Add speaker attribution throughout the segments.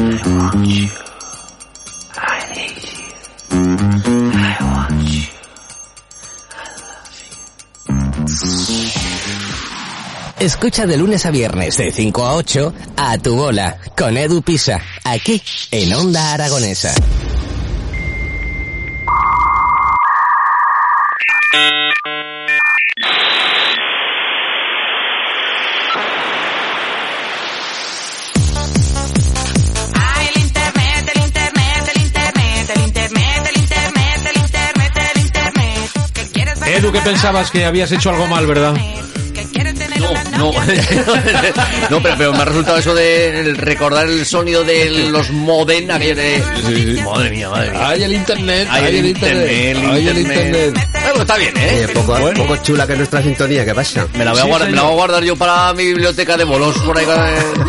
Speaker 1: want you. I need you. I want you.
Speaker 2: Escucha de lunes a viernes de 5 a 8 a tu bola con Edu Pisa, aquí en Onda Aragonesa.
Speaker 3: Ay, el internet, el internet, el internet, el internet, el internet, el internet, el internet. ¿Qué quieres bailar?
Speaker 4: Edu, ¿qué pensabas? Que habías hecho algo mal, ¿verdad?
Speaker 3: ¿Qué quieres tener
Speaker 5: No,
Speaker 3: una
Speaker 5: no.
Speaker 3: novia?
Speaker 5: no, pero, pero me ha resultado eso de el recordar el sonido de los modem. aquello de- Madre mía, madre mía.
Speaker 6: Hay el internet,
Speaker 5: Ay,
Speaker 6: hay el
Speaker 5: el
Speaker 6: internet, hay el internet.
Speaker 5: Algo está bien, ¿eh?
Speaker 7: Eh, poco, poco chula que es nuestra sintonía, ¿qué pasa?
Speaker 5: Me la, voy a
Speaker 4: Sí,
Speaker 5: guardar, me la
Speaker 4: señor.
Speaker 5: voy a guardar yo para mi biblioteca de bolos por ahí. eh.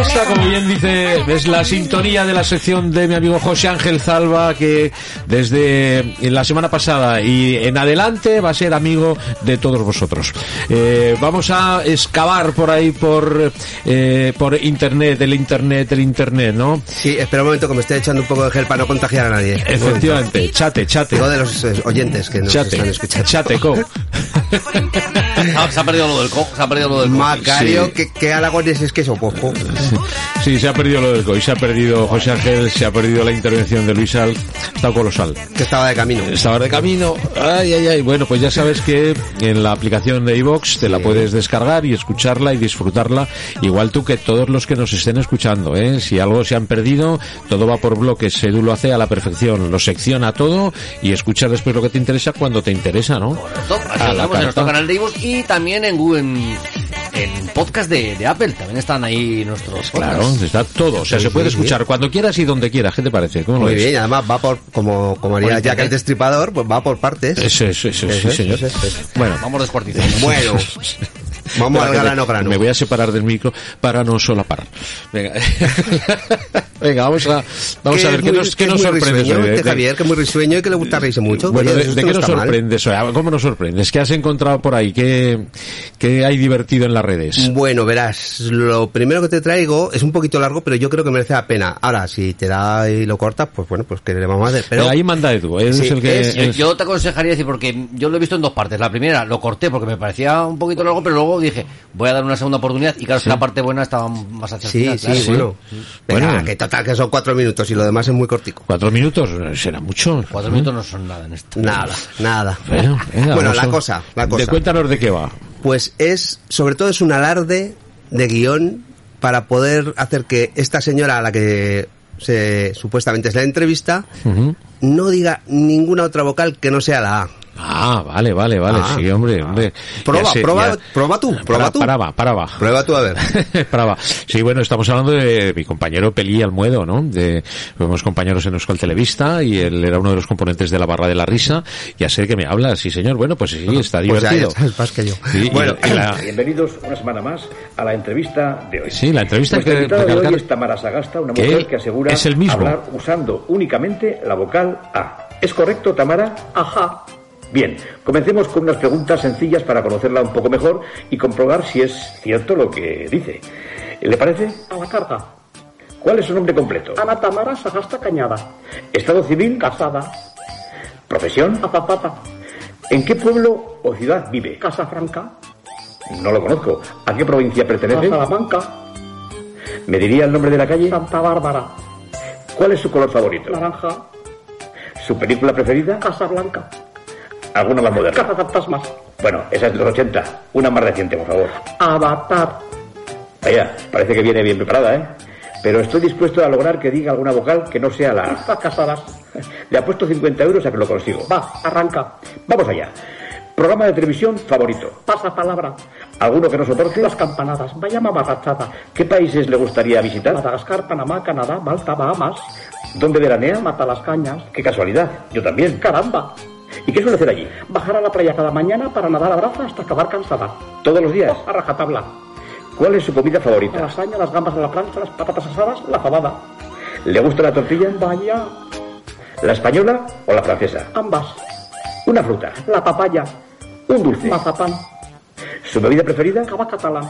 Speaker 4: Esta, como bien dice, es la sintonía de la sección de mi amigo José Ángel Zalba, que desde la semana pasada y en adelante va a ser amigo de todos vosotros. Eh, vamos a excavar por ahí, por, eh, por internet, el internet, el internet, ¿no?
Speaker 7: Sí, espera un momento que me esté echando un poco de gel para no contagiar a nadie.
Speaker 4: Eh,
Speaker 7: Un momento.
Speaker 4: Efectivamente, chate, chate.
Speaker 7: Digo de los eh, oyentes que nos están
Speaker 4: Chate,
Speaker 7: escuchando.
Speaker 4: chate, co.
Speaker 5: Ah, se ha perdido lo del co, se ha perdido lo del co.
Speaker 7: Macario,
Speaker 4: Sí.
Speaker 7: ¿qué, qué aragones es que eso, poco?
Speaker 4: Sí, se ha perdido lo del co, y se ha perdido José Ángel, se ha perdido la intervención de Luis Al, está colosal.
Speaker 7: Que estaba de camino.
Speaker 4: Estaba de camino. Ay, ay, ay. Bueno, pues ya sabes que en la aplicación de iVox te la puedes descargar y escucharla y disfrutarla. Igual tú que todos los que nos estén escuchando, ¿eh? Si algo se han perdido, todo va por bloques. Edu lo hace a la perfección. Lo secciona todo y escucha después lo que te interesa cuando te interesa, ¿no?
Speaker 5: Correcto, así
Speaker 4: A
Speaker 5: lo
Speaker 4: la
Speaker 5: hacemos en nuestro
Speaker 4: carta.
Speaker 5: canal de iVoox y también en Google, en, en podcast de, de Apple. También están ahí nuestros
Speaker 4: Claro,
Speaker 5: podcasts.
Speaker 4: está todo. O sea,
Speaker 7: Sí,
Speaker 4: se puede
Speaker 7: sí, sí.
Speaker 4: escuchar cuando quieras y donde quieras. ¿Qué te parece? ¿Cómo lo
Speaker 7: Muy
Speaker 4: ves?
Speaker 7: bien, y además va por, como, como haría
Speaker 5: Por
Speaker 7: Jack
Speaker 4: eh.
Speaker 7: el
Speaker 5: internet.
Speaker 7: Destripador, pues va por partes.
Speaker 4: Eso, eso, eso,
Speaker 7: Eso
Speaker 4: sí,
Speaker 7: es,
Speaker 4: señor.
Speaker 7: eso es, eso es.
Speaker 4: Bueno,
Speaker 5: Vamos descuartizando.
Speaker 7: Bueno, vamos al
Speaker 4: Espera, que
Speaker 7: grano
Speaker 4: me-
Speaker 7: grano.
Speaker 4: Me voy a separar del micro para no solapar. Venga, Venga vamos a, vamos
Speaker 7: Que
Speaker 4: a ver
Speaker 7: es
Speaker 4: qué
Speaker 7: muy-
Speaker 4: nos,
Speaker 7: que
Speaker 4: qué
Speaker 7: es
Speaker 4: nos
Speaker 7: muy
Speaker 4: sorprende.
Speaker 7: risueño,
Speaker 4: hoy,
Speaker 7: este
Speaker 4: eh, de-
Speaker 7: Javier, que es muy risueño y que le gusta reírse mucho.
Speaker 4: Bueno,
Speaker 7: Oye,
Speaker 4: ¿de,
Speaker 7: eso
Speaker 4: de
Speaker 7: no
Speaker 4: qué nos
Speaker 7: está mal.
Speaker 4: sorprendes? hoy? Ah, ¿Cómo nos sorprendes? ¿Qué has encontrado por ahí? ¿Qué, qué hay divertido en las redes?
Speaker 7: Bueno, verás, lo primero que te traigo es un poquito largo, pero yo creo que merece la pena. Ahora, si te da y lo cortas, pues bueno, pues que le vamos a hacer. Pero
Speaker 4: Pero ahí manda Edu. Edu
Speaker 7: Sí,
Speaker 4: es el que...
Speaker 7: es-
Speaker 5: Yo-
Speaker 4: es-
Speaker 5: Eh, Yo te aconsejaría decir, porque yo lo he visto en dos partes. La primera lo corté porque me parecía un poquito largo, pero luego dije, voy a dar una segunda oportunidad. Y claro, si la parte buena estaba más hacia el
Speaker 7: sí,
Speaker 5: final,
Speaker 7: sí,
Speaker 5: claro.
Speaker 7: bueno. Venga,
Speaker 4: Bueno.
Speaker 7: que total, que son cuatro minutos y lo demás es muy cortico.
Speaker 4: ¿Cuatro minutos? ¿Será mucho?
Speaker 5: Cuatro minutos no son nada en esto.
Speaker 7: Nada, nada.
Speaker 4: Bueno, venga,
Speaker 7: bueno,
Speaker 4: vamos
Speaker 7: la
Speaker 4: a-
Speaker 7: cosa, la
Speaker 4: De,
Speaker 7: cosa.
Speaker 4: cuéntanos de qué va.
Speaker 7: Pues es, sobre todo es un alarde de guión para poder hacer que esta señora a la que se, supuestamente es la entrevista,
Speaker 4: Ujú.
Speaker 7: no diga ninguna otra vocal que no sea la A.
Speaker 4: Ah, vale, vale, vale.
Speaker 7: Ah.
Speaker 4: sí, hombre, hombre.
Speaker 7: Proba,
Speaker 4: Ya sé,
Speaker 7: proba,
Speaker 4: ya-
Speaker 7: proba tú,
Speaker 4: Para-
Speaker 7: proba tú.
Speaker 4: Paraba, paraba.
Speaker 7: Prueba tú a ver.
Speaker 4: Brava. Sí, bueno, estamos hablando de mi compañero Pelí Almuedo, ¿no? De, fuimos compañeros en Euskal Televista y él era uno de los componentes de la barra de la risa. Ya sé que me habla, sí señor. Bueno, pues sí, está
Speaker 7: Pues ya,
Speaker 4: divertido.
Speaker 7: ya sabes más que yo.
Speaker 4: Sí, y-
Speaker 7: Bueno,
Speaker 4: y la-
Speaker 8: Bienvenidos una semana más a la entrevista de hoy.
Speaker 4: Sí, la entrevista
Speaker 7: pues
Speaker 8: Nuestra
Speaker 4: que-
Speaker 8: invitada de
Speaker 4: recalcar-
Speaker 8: hoy es Tamara Sagasta, una
Speaker 4: que
Speaker 8: mujer que asegura
Speaker 4: es el mismo.
Speaker 8: hablar usando únicamente la vocal A. ¿Es correcto, Tamara? Ajá. Bien, comencemos con unas preguntas sencillas para conocerla un poco mejor y comprobar si es cierto lo que dice. ¿Le parece?
Speaker 9: A la carta.
Speaker 8: ¿Cuál es su nombre completo?
Speaker 9: Ana Tamara Sagasta Cañada.
Speaker 8: ¿Estado civil?
Speaker 9: Casada.
Speaker 8: ¿Profesión?
Speaker 9: Azafata.
Speaker 8: ¿En qué pueblo o ciudad vive?
Speaker 9: Casafranca.
Speaker 8: No lo conozco. ¿A qué provincia pertenece?
Speaker 9: Salamanca.
Speaker 8: ¿Me diría el nombre de la calle?
Speaker 9: Santa Bárbara.
Speaker 8: ¿Cuál es su color favorito?
Speaker 9: Naranja.
Speaker 8: ¿Su película preferida?
Speaker 9: Casablanca.
Speaker 8: ¿Alguna más moderna?
Speaker 9: Cazafantasmas.
Speaker 8: Bueno, esa es de los 80. Una más reciente, por favor.
Speaker 9: Avatar.
Speaker 8: Vaya, parece que viene bien preparada, ¿eh? Pero estoy dispuesto a lograr que diga alguna vocal que no sea la... A.
Speaker 9: Está casadas.
Speaker 8: Le apuesto 50 euros a que lo consigo. Va,
Speaker 9: Va. Arranca.
Speaker 8: vamos allá. Programa de televisión favorito.
Speaker 9: Pasa palabra.
Speaker 8: ¿Alguno que no soporte?
Speaker 9: Las campanadas. Vaya mamarrachada.
Speaker 8: ¿Qué países le gustaría visitar?
Speaker 9: Madagascar, Panamá, Canadá, Malta, Bahamas.
Speaker 8: ¿Dónde veranea?
Speaker 9: Mata las cañas.
Speaker 8: ¡Qué casualidad! Yo también.
Speaker 9: Caramba.
Speaker 8: ¿Y qué suele hacer allí?
Speaker 9: Bajar a la playa cada mañana para nadar a braza hasta acabar cansada.
Speaker 8: ¿Todos los días?
Speaker 9: A rajatabla.
Speaker 8: ¿Cuál es su comida
Speaker 9: La
Speaker 8: favorita?
Speaker 9: lasaña, las gambas de la plancha, las patatas asadas, la fabada.
Speaker 8: ¿Le gusta la tortilla?
Speaker 9: Vaya.
Speaker 8: ¿La española o la francesa?
Speaker 9: Ambas.
Speaker 8: Una fruta.
Speaker 9: La papaya.
Speaker 8: Un dulce.
Speaker 9: Mazapán.
Speaker 8: ¿Su bebida preferida?
Speaker 9: Ah. Cava catalán.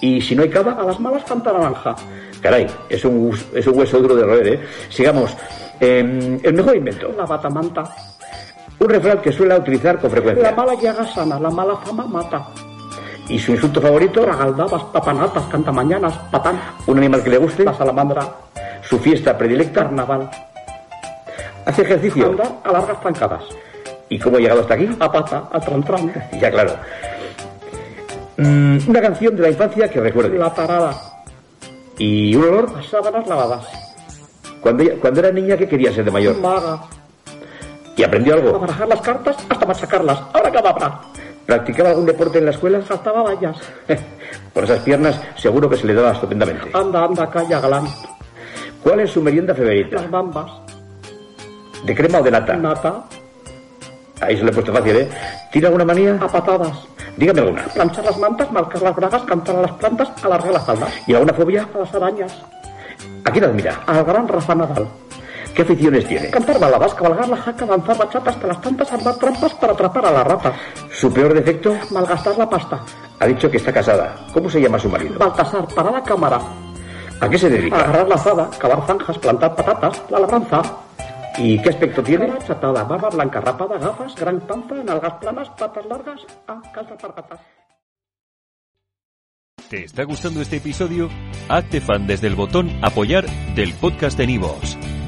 Speaker 8: Y si no hay cava,
Speaker 9: A las malas canta naranja.
Speaker 8: Caray, es un, hus- es un hueso duro de roer, ¿eh? Sigamos. Eh, el mejor invento.
Speaker 9: La batamanta.
Speaker 8: Un refrán que suele utilizar con
Speaker 9: La
Speaker 8: frecuencia.
Speaker 9: mala llaga sana, la mala fama mata.
Speaker 8: Y su insulto favorito,
Speaker 9: Tragaldabas, papanatas, cantamañanas, patán.
Speaker 8: un animal que le guste,
Speaker 9: La salamandra,
Speaker 8: su fiesta predilecta,
Speaker 9: carnaval.
Speaker 8: hace ejercicio.
Speaker 9: Andar a largas zancadas.
Speaker 8: ¿Y cómo ha llegado hasta aquí?
Speaker 9: A pata, a trontrán.
Speaker 8: Ya claro. Mm, una canción de la infancia que recuerde.
Speaker 9: La tarada.
Speaker 8: Y un olor.
Speaker 9: Las sábanas lavadas.
Speaker 8: Cuando, ella- cuando era niña, ¿qué quería ser de mayor?
Speaker 9: Maga.
Speaker 8: ¿Y aprendió
Speaker 9: A
Speaker 8: algo?
Speaker 9: barajar las cartas hasta machacarlas. Ahora cadabra.
Speaker 8: ¿Practicaba algún deporte en la escuela?
Speaker 9: Saltaba vallas.
Speaker 8: Con esas piernas seguro que se le daba estupendamente.
Speaker 9: Anda, anda, calla, galán.
Speaker 8: ¿Cuál es su merienda
Speaker 9: Las
Speaker 8: favorita?
Speaker 9: bambas.
Speaker 8: ¿De crema o de nata?
Speaker 9: Nata.
Speaker 8: Ahí se lo he puesto fácil, ¿eh? ¿Tiene alguna manía?
Speaker 9: A patadas.
Speaker 8: Dígame alguna.
Speaker 9: Planchar las mantas, marcar las bragas, cantar a las plantas, alargar las faldas.
Speaker 8: ¿Y alguna fobia?
Speaker 9: A las arañas.
Speaker 8: ¿A quién admira?
Speaker 9: Al gran Rafa Nadal.
Speaker 8: ¿Qué aficiones tiene?
Speaker 9: Cantar balabas, cabalgar la jaca, danzar bachata hasta las tantas, armar trampas para atrapar a la rata.
Speaker 8: ¿Su peor defecto?
Speaker 9: Malgastar la pasta.
Speaker 8: Ha dicho que está casada. ¿Cómo se llama su marido?
Speaker 9: Baltasar, para la cámara.
Speaker 8: ¿A qué se dedica?
Speaker 9: Agarrar la azada, cavar zanjas, plantar patatas, la labranza.
Speaker 8: ¿Y qué aspecto tiene?
Speaker 9: Cara chatada, barba blanca, rapada, gafas, gran panza, nalgas planas, patas largas, ah, calzas parpatas.
Speaker 10: ¿Te está gustando este episodio? Hazte fan desde el botón Apoyar del podcast de Nivos.